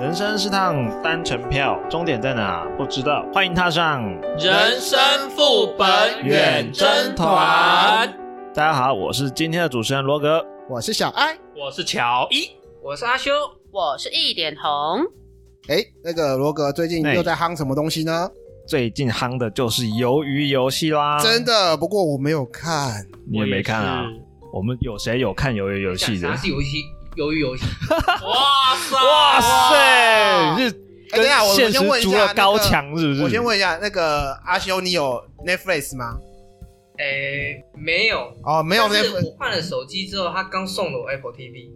人生是趟单程票，终点在哪不知道，欢迎踏上。人生副本远征团，大家好，我是今天的主持人罗格。我是小艾。我是乔伊，我是阿修，我是一点红，哎，那个罗格最近哎又在夯什么东西呢？最近夯的就是鱿鱼游戏啦，真的，不过我没有看。你也没看啊？我们有谁有看鱿鱼游戏的？啥是游戏？鱿鱼游戏， 哇塞，哇塞，你是哎等一下跟我现先问实一除下了那个高墙是不是？我先问一下，那个阿修，你有 Netflix 吗？诶，没有，哦，没有但是 Netflix，我换了手机之后，他刚送了我 Apple TV，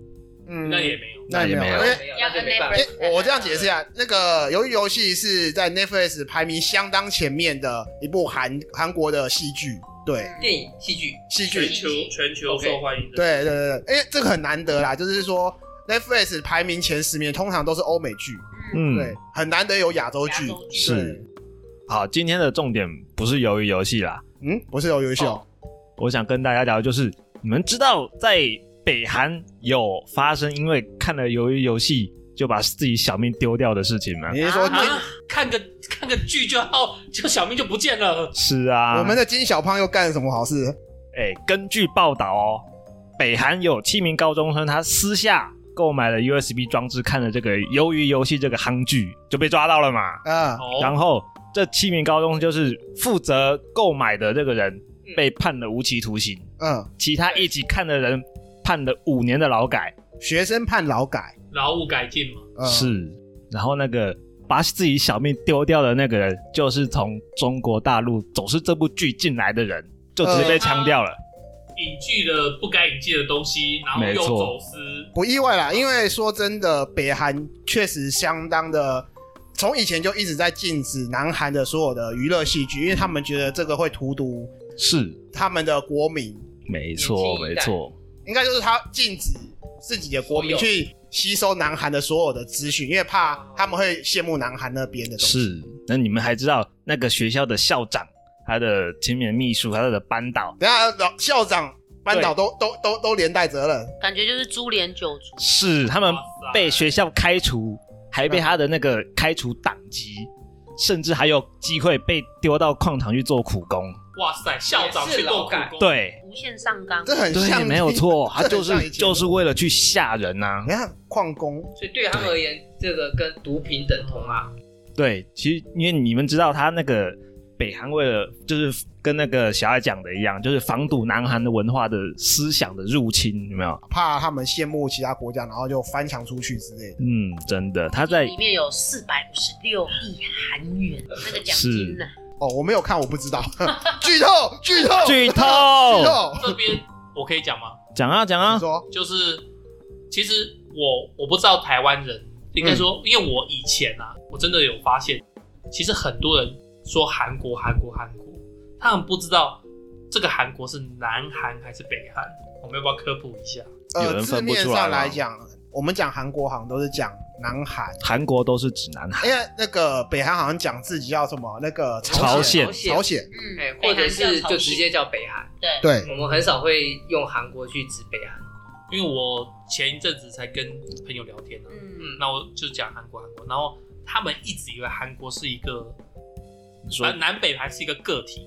嗯那也没有，那也没那有。也没因为没有，要那就没办法跟。哎我我这样解释一下，那个《鱿鱼游戏》是在 Netflix 排名相当前面的一部韩韩国的戏剧，对，电影、戏剧，戏剧全，球全球受欢迎的，对对对对，因为这个很难得啦，就是说 Netflix 排名前十名通常都是欧美剧，嗯，对，很难得有亚洲剧亚洲，剧是好，今天的重点不是鱿鱼游戏啦，对，嗯，不是鱿鱼游戏哦，我想跟大家聊的就是，你们知道在北韩有发生因为看了鱿鱼游戏就把自己小命丢掉的事情吗？你是说啊，看个看个剧就要就小命就不见了，是啊，我们的金小胖又干了什么好事？哎，根据报道哦，北韩有七名高中生他私下购买了 USB 装置，看了这个鱿鱼游戏这个夯剧，就被抓到了嘛。啊，然哦，后这七名高中生就是负责购买的这个人被判了无期徒刑，嗯，其他一起看的人判了五年的劳改。学生判劳改，劳务改进嘛，嗯、是，然后那个把自己小命丢掉的那个人，就是从中国大陆走私这部剧进来的人，就直接嗯被枪掉了。引进了不该引进的东西，然后没又错走私，不意外啦，因为说真的，北韩确实相当的，从以前就一直在禁止南韩的所有的娱乐戏剧，因为他们觉得这个会荼毒是，他们的国民，没年错，轻没一代错。应该就是他禁止自己的国民所去吸收南韩的所有的资讯，因为怕他们会羡慕南韩那边的东西。是，那你们还知道那个学校的校长、他的前面秘书、他的班导等一下老校长、班导都都都都连带责任，感觉就是株连九族。是他们哇塞被学校开除，还被他的那个开除党籍，甚至还有机会被丢到矿场去做苦工。哇塞，校长去做苦工，，对，无限上纲，这很对，像没有 错，他就这很像是以前就是为了去吓人呐、啊你。看矿工，所以对他们而言，这个跟毒品等同啊。对，其实因为你们知道他那个北韩为了就是跟那个小爱讲的一样，就是防堵南韩的文化的思想的入侵，有没有？怕他们羡慕其他国家，然后就翻墙出去之类的。嗯，真的，他在里面有四百五十六亿韩元那个奖金呢、哦，我没有看，我不知道。 剧透，剧透，剧透剧透。这边我可以讲吗？讲啊讲你啊，说，就是其实我我不知道台湾人，应该说，因为我以前啊，我真的有发现，其实很多人说韩国韩国韩国，他们不知道这个韩国是南韩还是北韩。我们要不要科普一下？有人呃，字分不出来面吗上来讲，我们讲韩国好像都是讲南韩，韩国都是指南韩，因为那个北韩好像讲自己叫什么那个朝鲜，鲜朝鲜朝鲜，嗯哎，或者是就直接叫北韩，对，对，我们很少会用韩国去指北韩。因为我前一阵子才跟朋友聊天呢、啊，嗯，那我就讲韩国韩国，然后他们一直以为韩国是一个你南南北韩是一个个体，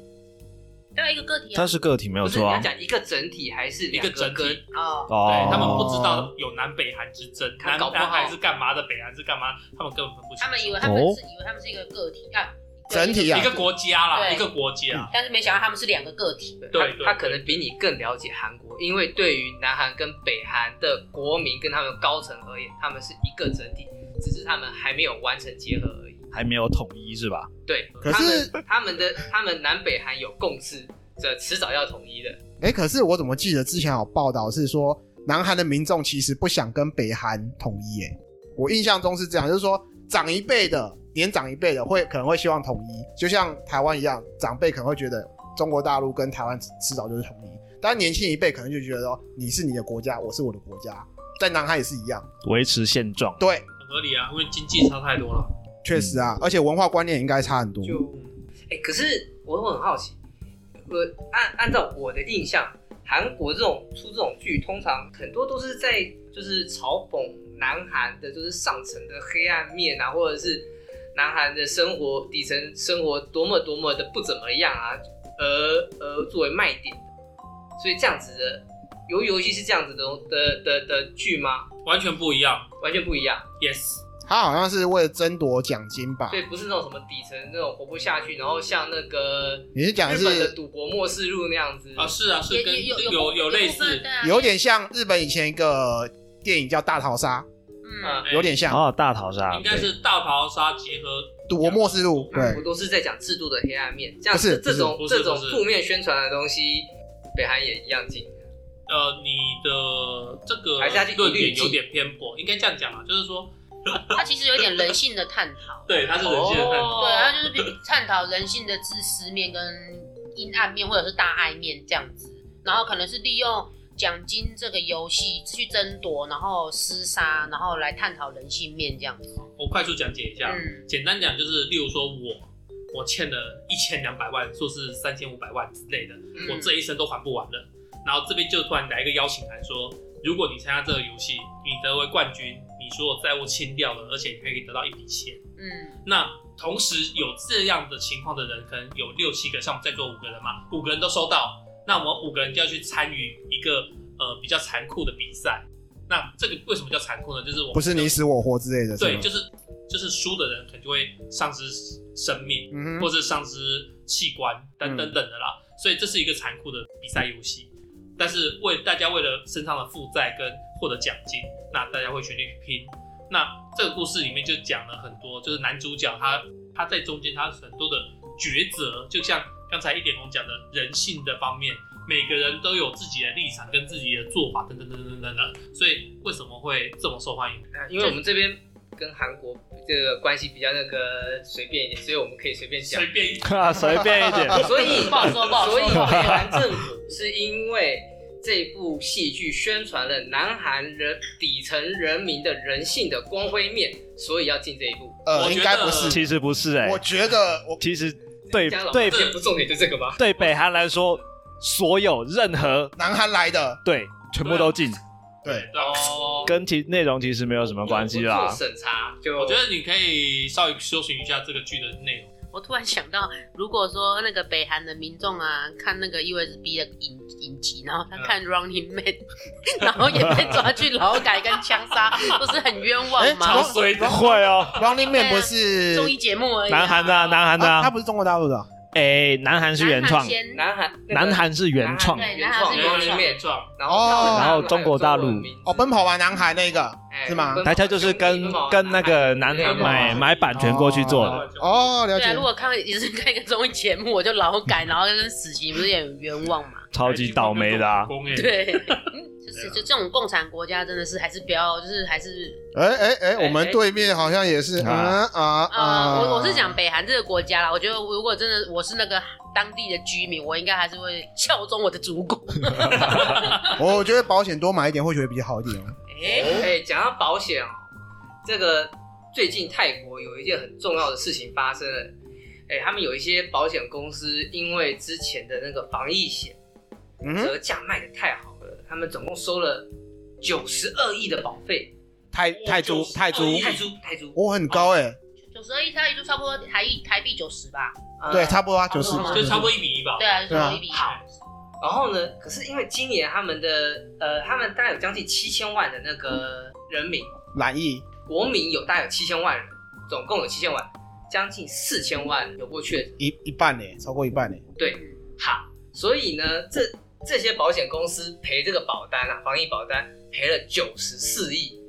要一个个体、啊，他是个体没有不是你错要啊，讲一个整体还是一两个整个体。哦，哦对，他们不知道有南北韩之争，他南搞不好南韩是干嘛的，北韩是干嘛，他们根本分不清楚。他们以为他们是、以为他们是一个个体啊，哦整体啊一个国家啦，对一个国家，但是没想到他们是两个个体，对对对他他可能比你更了解韩国，因为对于南韩跟北韩的国民跟他们高层而言，他们是一个整体，只是他们还没有完成结合而已。还没有统一是吧？对，可他是们他们的他们南北韩有共识，这迟早要统一的。哎，可是我怎么记得之前有报道是说，南韩的民众其实不想跟北韩统一，哎，我印象中是这样，就是说长一辈的，年长一辈的会可能会希望统一，就像台湾一样，长辈可能会觉得中国大陆跟台湾迟迟早就是统一，但年轻一辈可能就觉得说你是你的国家，我是我的国家，在南韩也是一样，维持现状，对，很合理啊，因为经济差太多了。确实啊，而且文化观念应该差很多，嗯就，哎、可是我我很好奇，我按按照我的印象，韩国这种出这种剧，通常很多都是在就是嘲讽南韩的就是上层的黑暗面啊，或者是南韩的生活底层生活多么多么的不怎么样啊，而而作为卖点。所以这样子的鱿鱼游戏是这样子的的的的剧吗？完全不一样。完全不一样， Yes，他好像是为了争夺奖金吧所？以不是那种什么底层那种活不下去，然后像那个你是讲的日本的是赌博末世录那样子哦啊是啊是也跟也有有有类似，啊有点像日本以前一个电影叫《大逃杀嗯嗯，》，哎有点啊像《哦，大逃杀应，该是大逃杀结合赌博末世录》。我对，都是在讲制度的黑暗面，这样不是子这种不是这种不是负面宣传的东西，北韩也一样进。呃你的这个还是它去论一律点禁有点偏颇，应该这样讲啊，就是说它其实有点人性的探讨。对它是人性的探讨，哦对，它就是比探讨人性的自私面、跟阴暗面，或者是大爱面这样子。然后可能是利用奖金这个游戏去争夺，然后厮杀，然后来探讨人性面这样子。我快速讲解一下，嗯，简单讲就是，例如说我我欠了一千两百万，说是三千五百万之类的，嗯我这一生都还不完了。然后这边就突然来一个邀请函说，如果你参加这个游戏，你得为冠军，你所有债务清掉了，而且你可以得到一笔钱。嗯，那同时有这样的情况的人，可能有六七个，像我们在座五个人嘛，五个人都收到，那我们五个人就要去参与一个呃比较残酷的比赛。那这个为什么叫残酷呢？就是我们不是就你死我活之类的。对，吗就是就是输的人可能就会丧失生命，嗯或哼，者丧失器官等等等的啦。所以这是一个残酷的比赛游戏，但是为大家为了身上的负债跟获得奖金，那大家会全力去拼。那这个故事里面就讲了很多，就是男主角他他在中间他很多的抉择，就像刚才一点红讲的人性的方面，每个人都有自己的立场跟自己的做法等等等等等等。所以为什么会这么受欢迎？嗯啊因为我们这边跟韩国这个关系比较那个随便一点，所以我们可以随便讲随。便一哈 随便一点，所以不好说不好说所以北韩政府是因为这部戏剧宣传了南韩人底层人民的人性的光辉面，所以要进这一部。我呃，觉得应该不是。其实不是哎我，觉得我其实对江老对 这不重点就这个吧？对北韩来说，所有任何南韩来的，对全部都进，对，对啊哦，跟其内容其实没有什么关系做啦。审查就我觉得你可以稍微搜寻一下这个剧的内容。我突然想到，如果说那个北韩的民众啊，看那个 USB 的影影集，然后嗯他看 Running Man，、然 后也被抓去劳改跟枪杀，不是很冤哎枉吗？超衰的会哦， Running Man 不是综艺节目而已、啊。南韩的啊南韩的啊，他啊，不是中国大陆的啊，哎，南韩是原南韩创，先南韩那个南韩是原创，对原南韩创是原创原创，然后哦然后中国大陆哦，奔跑吧男孩那个哎是吗奔跑大家就是奔跟跑跟那个南对韩奔跑买买版权过去做的。哦，了对啊，解如。果看也是看一个综艺节目，我就劳 改，然后跟死刑，不是也很冤枉嘛？超级倒霉的啊！嗯对，对， 就是就这种共产国家真的是还是不要，就是还是哎哎哎，哎我们对面好像也是，嗯啊啊啊呃，，我我是讲北韩这个国家啦，我觉得如果真的我是那个当地的居民，我应该还是会效忠我的祖国。我觉得保险多买一点或许会比较好一点哦。哎哎，讲到保险哦，这个最近泰国有一件很重要的事情发生了，哎，他们有一些保险公司因为之前的那个防疫险嗯哼，折价卖的太好了，他们总共收了九十二亿的保费，泰泰铢就是泰铢嗯，泰铢泰铢，我很高哎，九十二亿，它一度差不多台币台币九十吧？呃对，差不多啊，九差十不多，哦就差不多一比一吧。对啊，对啊就是一比一。好然后呢，可是因为今年他们的呃，他们大概有将近七千万的那个人民，满意。国民有大概有七千万人，总共有七千万，将近四千万有过确诊。一一半呢，欸超过一半呢。好，所以呢，这这些保险公司赔这个保单啊，防疫保单赔了九十四亿，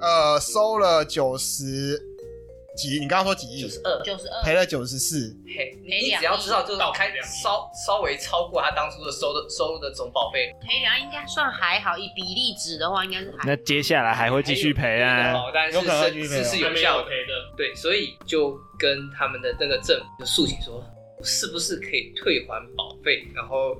呃，收了九十几，你刚刚说几亿九？十二九十赔二，了九十四，赔。你赔你两亿只要知道这个到开两亿稍稍微超过他当初的收的收入的总保费，赔两应该算还好，以比例值的话应该是还那接下来还会继续赔还有啊那个！保单是有可能会继续是赔哦是是还有没效有的。赔的，对，所以就跟他们的那个政府就诉请说，是不是可以退还保费，然后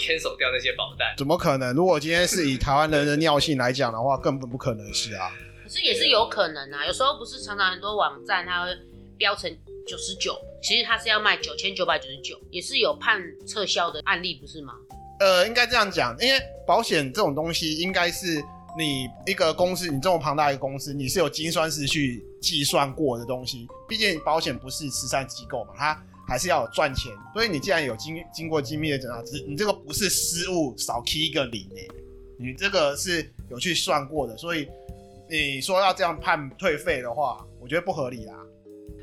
cancel 掉那些保单？怎么可能？如果今天是以台湾人的尿性来讲的话，根本不可能是啊。可是也是有可能啊。有时候不是常常很多网站它会标成九十九，其实它是要卖九千九百九十九，也是有判撤销的案例，不是吗？呃，应该这样讲，因为保险这种东西应该是你一个公司，你这么庞大一个公司，你是有精算师去计算过的东西。毕竟保险不是慈善机构嘛，它还是要有赚钱。所以你既然有经经过精密的检查，只是你这个不是失误少 key 一个零诶、你这个是有去算过的。所以你说要这样判退费的话，我觉得不合理啊啦。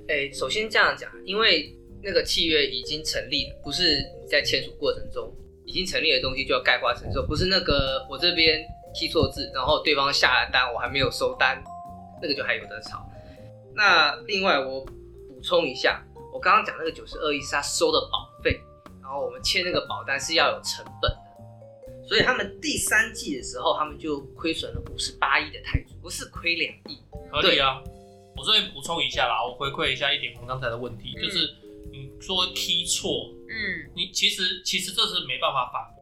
哎、首先这样讲，因为那个契约已经成立了，不是你在签署过程中已经成立的东西就要概括承受，不是那个我这边踢错字，然后对方下了单，我还没有收单，那个就还有得吵。那另外我补充一下，我刚刚讲那个九十二亿是他收的保费，然后我们签那个保单是要有成本的，所以他们第三季的时候，他们就亏损了五十八亿的泰铢，不是亏两亿，合理啊。我这边补充一下啦，我回馈一下一点红刚才的问题，嗯就是你说 key 错，嗯你其实其实这是没办法反驳。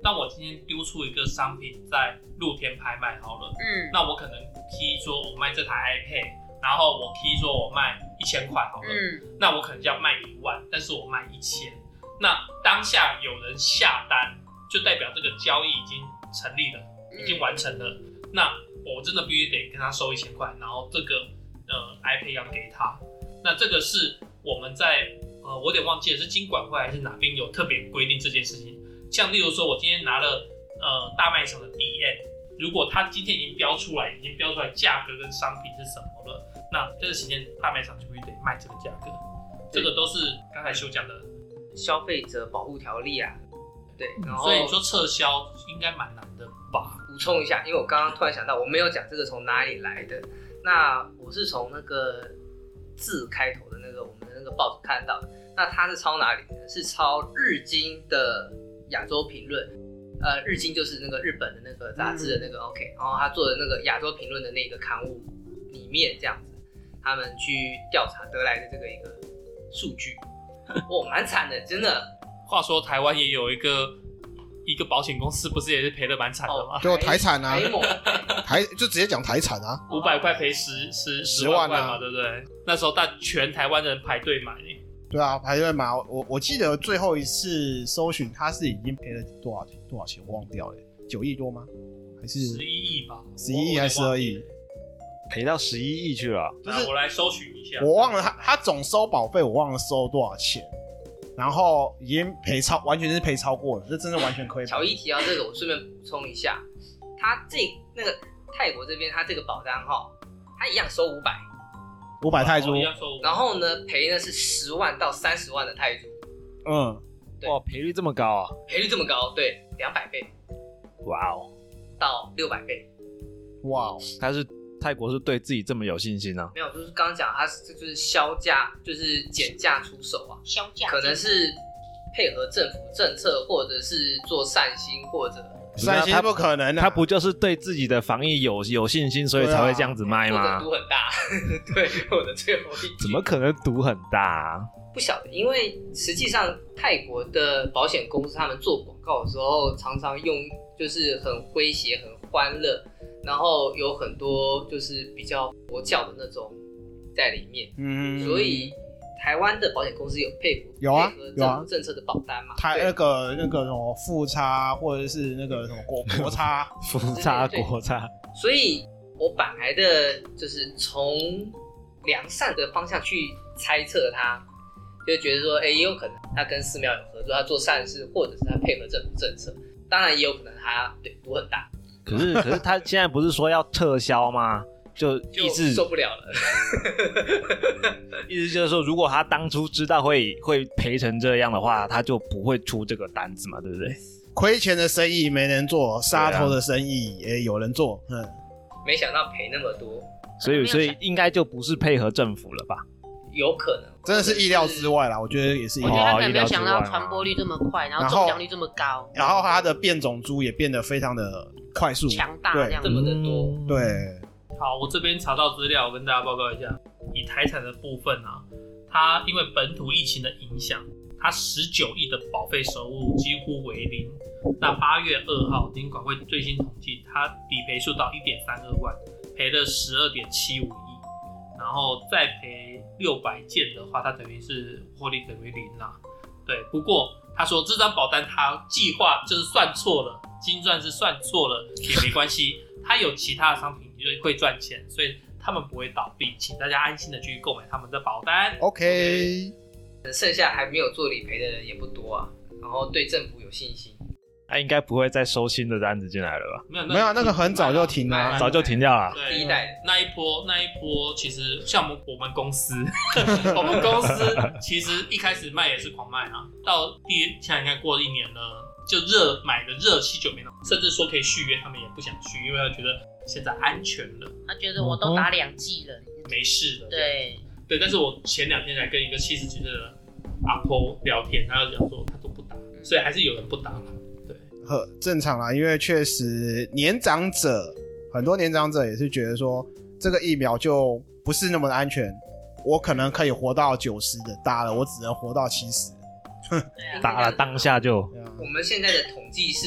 但我今天丢出一个商品在露天拍卖好了，嗯，那我可能 key 说我卖这台 iPad，然后我 key 说我卖一千块好了，嗯那我可能要卖一万，但是我卖一千。那当下有人下单，就代表这个交易已经成立了，已嗯经完成了。那我真的必须得跟他收一千块，然后这个呃 iPad 要给他。那这个是我们在呃，我有点忘记了是经管会还是哪边有特别规定这件事情。像例如说，我今天拿了呃大卖场的 DM，如果他今天已经标出来，已经标出来价格跟商品是什么了，那这个时间大卖场就必须得卖这个价格。这个都是刚才修讲的，嗯消费者保护条例啊，对，然后嗯所以你说撤销应该蛮难的吧？补充一下，因为我刚刚突然想到，我没有讲这个从哪里来的。那我是从那个字开头的那个我们的那个报纸看到的。那它是抄哪里呢？是抄日经的亚洲评论，呃，日经就是那个日本的那个杂志的那个、OK，然后嗯他做的那个亚洲评论的那个刊物里面这样子，他们去调查得来的这个一个 数据，哦，蛮惨的，真的。话说台湾也有一个一个保险公司，不是也是赔的蛮惨的哦吗？，就台产啊台某台就直接讲台产啊，五百块赔十十十十万块万啊嘛，对不对？那时候大全台湾人排队买，对啊，排队买。我我记得最后一次搜寻，它是已经赔了多少钱？多少钱？我忘掉了，九亿多吗？还是十一亿吧，十一亿还是十二亿？赔到十一亿去了。就就是是我来搜寻一下，哦我忘了他他总收保费，我忘了收多少钱，然后已经赔超，完全是赔超过了，这真的完全亏本乔。伊提到这个，我顺便补充一下，他这那个泰国这边他这个保单哈，他一样收五百，五百泰铢哦，一样收五百然后呢赔呢是十万到三十万的泰铢，嗯，对哇，赔率这么高啊！赔率这么高，对，两百倍哇哦，到六百倍，哇哦，他是泰国是对自己这么有信心啊？没有，就是刚刚讲他是就是销价，就是减价出手啊，销价可能是配合政府政策，或者是做善心，或者是啊善心他不可能的、他不就是对自己的防疫有有信心，所以才会这样子卖或者吗？赌很大， 对，我的最后一句哎怎么可能赌很大、 啊？不晓得，因为实际上泰国的保险公司他们做广告的时候，常常用就是很诙谐、很欢乐，然后有很多就是比较佛教的那种在里面，嗯，所以台湾的保险公司有配合有啊配合有政啊府政策的保单嘛？他对那个那个什么负差或者是那个什么国国差，福差国差，所以我本来的就是从良善的方向去猜测他，就觉得说，哎、也有可能他跟寺庙有合作，他做善事，或者是他配合政府政策。当然，也有可能他对赌很大，可是可是他现在不是说要撤销吗？就就意思受不了了。意思就是说，如果他当初知道会会赔成这样的话，他就不会出这个单子嘛，对不嗯对？亏钱的生意没人做，啊杀头的生意也有人做，嗯，没想到赔那么多，所没以有所以想应该就不是配合政府了吧？有可能真的是意料之。外啦，我觉得也是意嗯我觉得他料。可能没有哦意料之外想嘛到传播率这么快，然后然后中奖率这么高，然后它的变种猪也变得非常的快速，强大对这样这么子。的多嗯，对，好，我这边查到资料，我跟大家报告一下，以台产的部分啊，它因为本土疫情的影响，它十九亿的保费收入几乎为零。那八月二号，金管会最新统计，它理赔数到一点三二万，赔了十二点七五亿，然后再赔六百件的话，它等于是获利等于零啦、对，不过他说这张保单他计划就是算错了，金钻是算错了也没关系，它有其他的商品就会赚钱，所以他们不会倒闭，请大家安心的去购买他们的保单。 OK，剩下还没有做理赔的人也不多啊，然后对政府有信心，他应该不会再收新的单子进来了吧？没有没有那个很早就停停了啊了，早就停掉了。对第一代的那一波，那一波其实像我们我们公 司，我们公司其实一开始卖也是狂卖啊，到第现在你看过了一年了，就热买的热气就没了，甚至说可以续约，他们也不想续，因为他觉得现在安全了，他觉得我都打两季了，没事了。对，对，但是我前两天才跟一个七十几岁的阿婆聊天，他就讲说他都不打，嗯所以还是有人不打嘛。呵，正常啦，因为确实年长者很多年长者也是觉得说这个疫苗就不是那么的安全，我可能可以活到九十的大了，我只能活到七十。对啊，打了当下就对啊我们现在的统计是，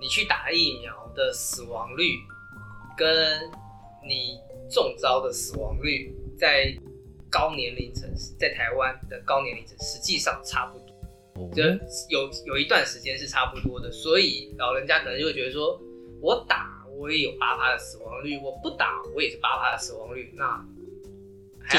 你去打疫苗的死亡率，跟你中招的死亡率，在高年龄层，在台湾的高年龄层实际上差不多，就 有有一段时间是差不多的，所以老人家可能就会觉得说，我打我也有八趴的死亡率，我不打我也是八趴的死亡率，那还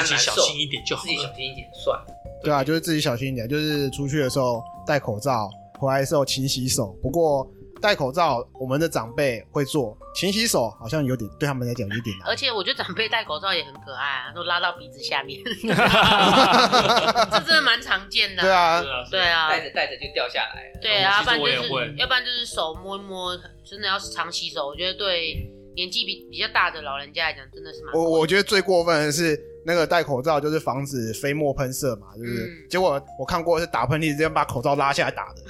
自要己难小受，心一点就好自己小了。心一点算了。对啊，就是自己小心一点，就是出去的时候戴口罩，回来的时候勤洗手。不过戴口罩，我们的长辈会做，勤洗手好像有点对他们来讲有点难。而且我觉得长辈戴口罩也很可爱啊，都拉到鼻子下面， 啊这真的蛮常见的。对，啊是，啊，是对啊，啊戴，着戴着就掉下来了，对啊，要其不实然我就也会是，要不然就是手摸一摸，真的要是常洗手，我觉得对年纪比比较大的老人家来讲，真的是蛮我我觉得最过分的是那个戴口罩，就是防止飞沫喷射嘛，就是、嗯结果我看过是打喷嚏直接把口罩拉下来 打的，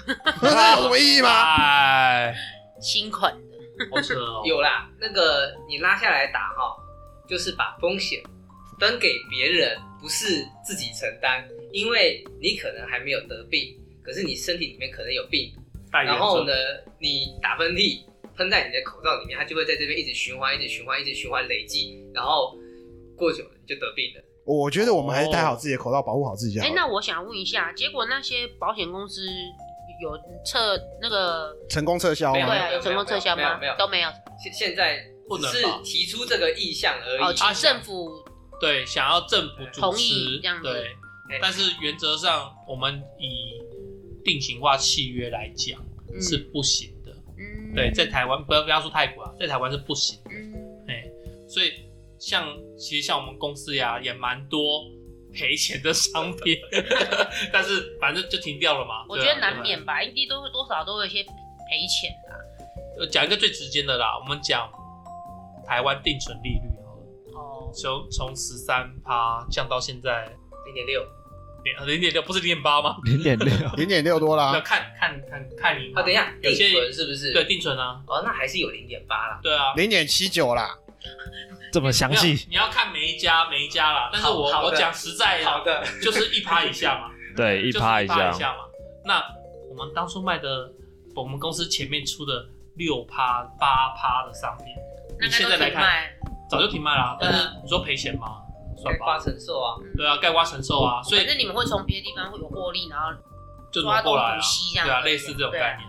那有什么意义吗？哎，心款的。好扯哦。有啦，那个你拉下来打哈，就是把风险分给别人，不是自己承担，因为你可能还没有得病，可是你身体里面可能有病毒，代言然后者呢，你打喷嚏喷在你的口罩里面，它就会在这边一直循环，一直循环，一直循环累积，然后过久了你就得病了。我觉得我们还是戴好自己的口罩，保护好自己就哦哎、好了。那我想问一下，结果那些保险公司有撤那个成功撤销没有对吗？啊，有成功撤销没有吗没有没有？都没有。现现在不能只是吧提出这个意向而已，哦，请啊政府对，想要政府主同持意这样子对哎，但是原则上我们以定型化契约来讲嗯是不行的。嗯对，在台湾不要不要说泰国啊，在台湾是不行的。嗯哎，所以像其实像我们公司呀、也蛮多赔钱的商品， 但是反正就停掉了嘛。我觉对啊得难。对免吧，一定都会多少都有一些赔钱的、啊呃讲一个最直接的啦，我们讲台湾定存利率好了，哦，从从十三趴降到现在零点六。零零点六，不是零点八吗？零点六，零点六多要啊啦，看看看看你啊，等一下，有定些存是不是？对，定存啊，哦，那还是有零点八啦。对啊，零点七九啦。这么详没有细，你要看每一家每一家啦。但是好我好的我讲实在好的，的，就是一趴以下嘛，对，一就是趴一下趴，嘛。那我们当初卖的，我们公司前面出的六趴八趴的商品，那你应该现在都来停看卖，早就停卖了，对啊但是你说赔钱吗？算该吧八，承受啊。对啊，盖瓜承受啊，所以嗯反正你们会从别的地方会有获利，然后就挪抓东过来啊补，西这样对子，啊，类似这种对啊概念，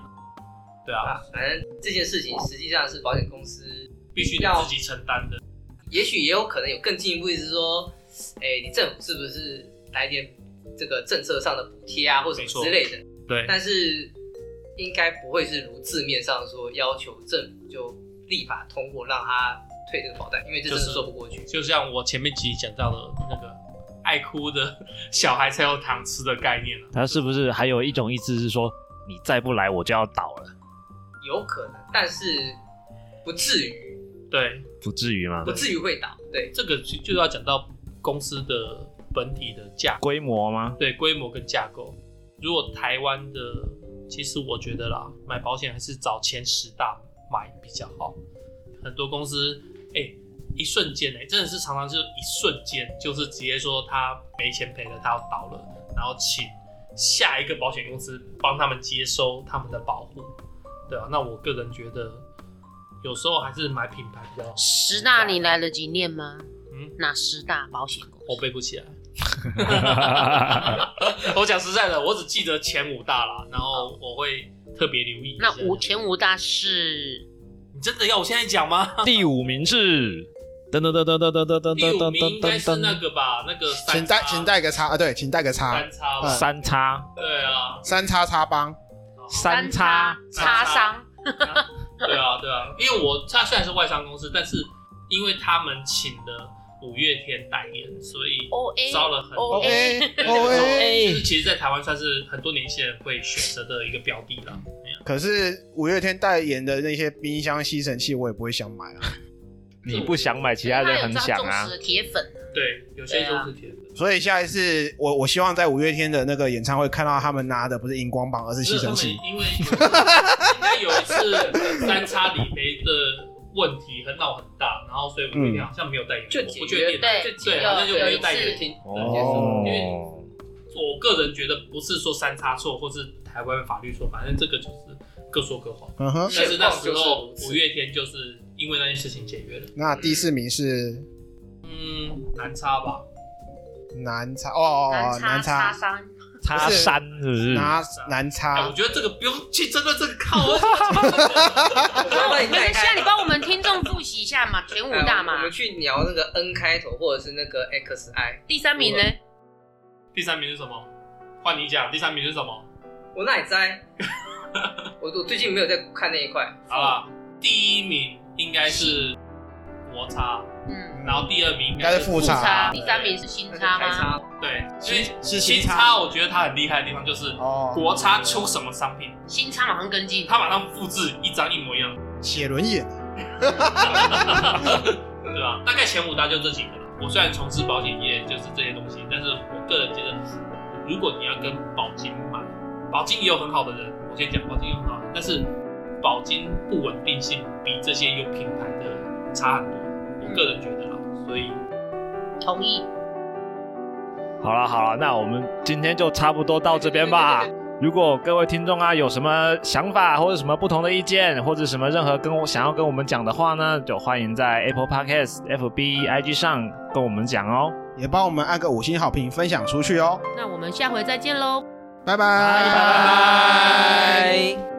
对啊啊，，反正这件事情实际上是保险公司，必须得要自己承担的，也许也有可能有更进一步，意思说，哎、你政府是不是来点这个政策上的补贴啊，或什没么错之类的？对，但是应该不会是如字面上说要求政府就立法通过让他退这个保单，因为这真就的是说不过去。就像我前面几集讲到的那个爱哭的小孩才有糖吃的概念啊，他是不是还有一种意思是说，你再不来我就要倒了，有可能，但是不至于，对，不至于吗不？至于会倒。对，这个就就要讲到公司的本体的架规模 吗？对规模跟架构。如果台湾的，其实我觉得啦，买保险还是找前十大买比较好。很多公司，哎、一瞬间哎、真的是常常就是一瞬间，就是直接说他没钱赔了，他要倒了，然后请下一个保险公司帮他们接收他们的保护，对啊，那我个人觉得，有时候还是买品牌比较好。十大你来得及念吗？嗯哪十大保险公司？我背不起来。 我讲实在的，我只记得前五大啦，然后我会特别留意一下。那五前五大是你真的要我现在讲吗？ 第五名是噔噔噔噔噔噔噔噔第五噔名应该噔是噔那噔个吧，那个三请带请带个叉啊，对，请带个叉三，叉吧，三叉对啊，三叉叉帮，三叉叉叉商，对啊，对啊，因为我他虽然是外商公司，但是因为他们请了五月天代言，所以 O A 招了很 O 哎多 A OA 对 OA 就是其实，在台湾算是很多年轻人会选择的一个标的了。哎呀 可是五月天代言的那些冰箱吸尘器，我也不会想买啊。你不想买，其他人很想忠啊实。的铁粉啊，对，有些都是铁粉。所以下一次我我希望在五月天的那个演唱会看到他们拿的不是荧光棒，而是是吸他尘们器。因为应该有一次三叉李梅的问题很闹很大，然后所以我那天好像没有代言，就我解不确约定，对就解对，约好像就没有代有一言次。听人接受哦因，为我个人觉得不是说三叉错，或是台湾法律错，反正这个就是各说各话。嗯哼，但是那时候现况就是如此五月天就是因为那件事情解约了，那第四名是嗯，难差吧？南叉哦，男叉南叉叉商，叉山是不是？拿南哎叉我，觉得这个不用去争论这个靠， 啊没关我帮你带系啊，开你帮我们听众复习一下嘛，前五大哎我嘛们，去聊那个 N 开头或者是那个 XI，第三名呢？ 第三名是什么？换你讲，第三名是什么？我哪里在？ 我我最近没有在看那一块，好啦，第一名应该是国差，嗯，然后第二名应应该是是复复差叉，啊差，第三名是新那个叉开吗？叉对，所新以是新新差，我觉得它很厉害的地方就是哦，国差出什么商品，新叉马上跟进，它马上复制一张一模一样的。写轮眼，对吧？大概前五大就这几个了。我虽然从事保险业，就是这些东西，但是我个人觉得，如果你要跟保金买，保金也有很好的人，我先讲保金有很好的人，但是保金不稳定性比这些有品牌的差很多，我个人觉得啦。所以同意。好了好了，那我们今天就差不多到这边吧对。如果各位听众啊有什么想法或者什么不同的意见，或者什么任何跟我想要跟我们讲的话呢，就欢迎在 Apple Podcast、FB、IG 上跟我们讲哦。也帮我们按个五星好评，分享出去哦，那我们下回再见喽。拜拜拜拜拜。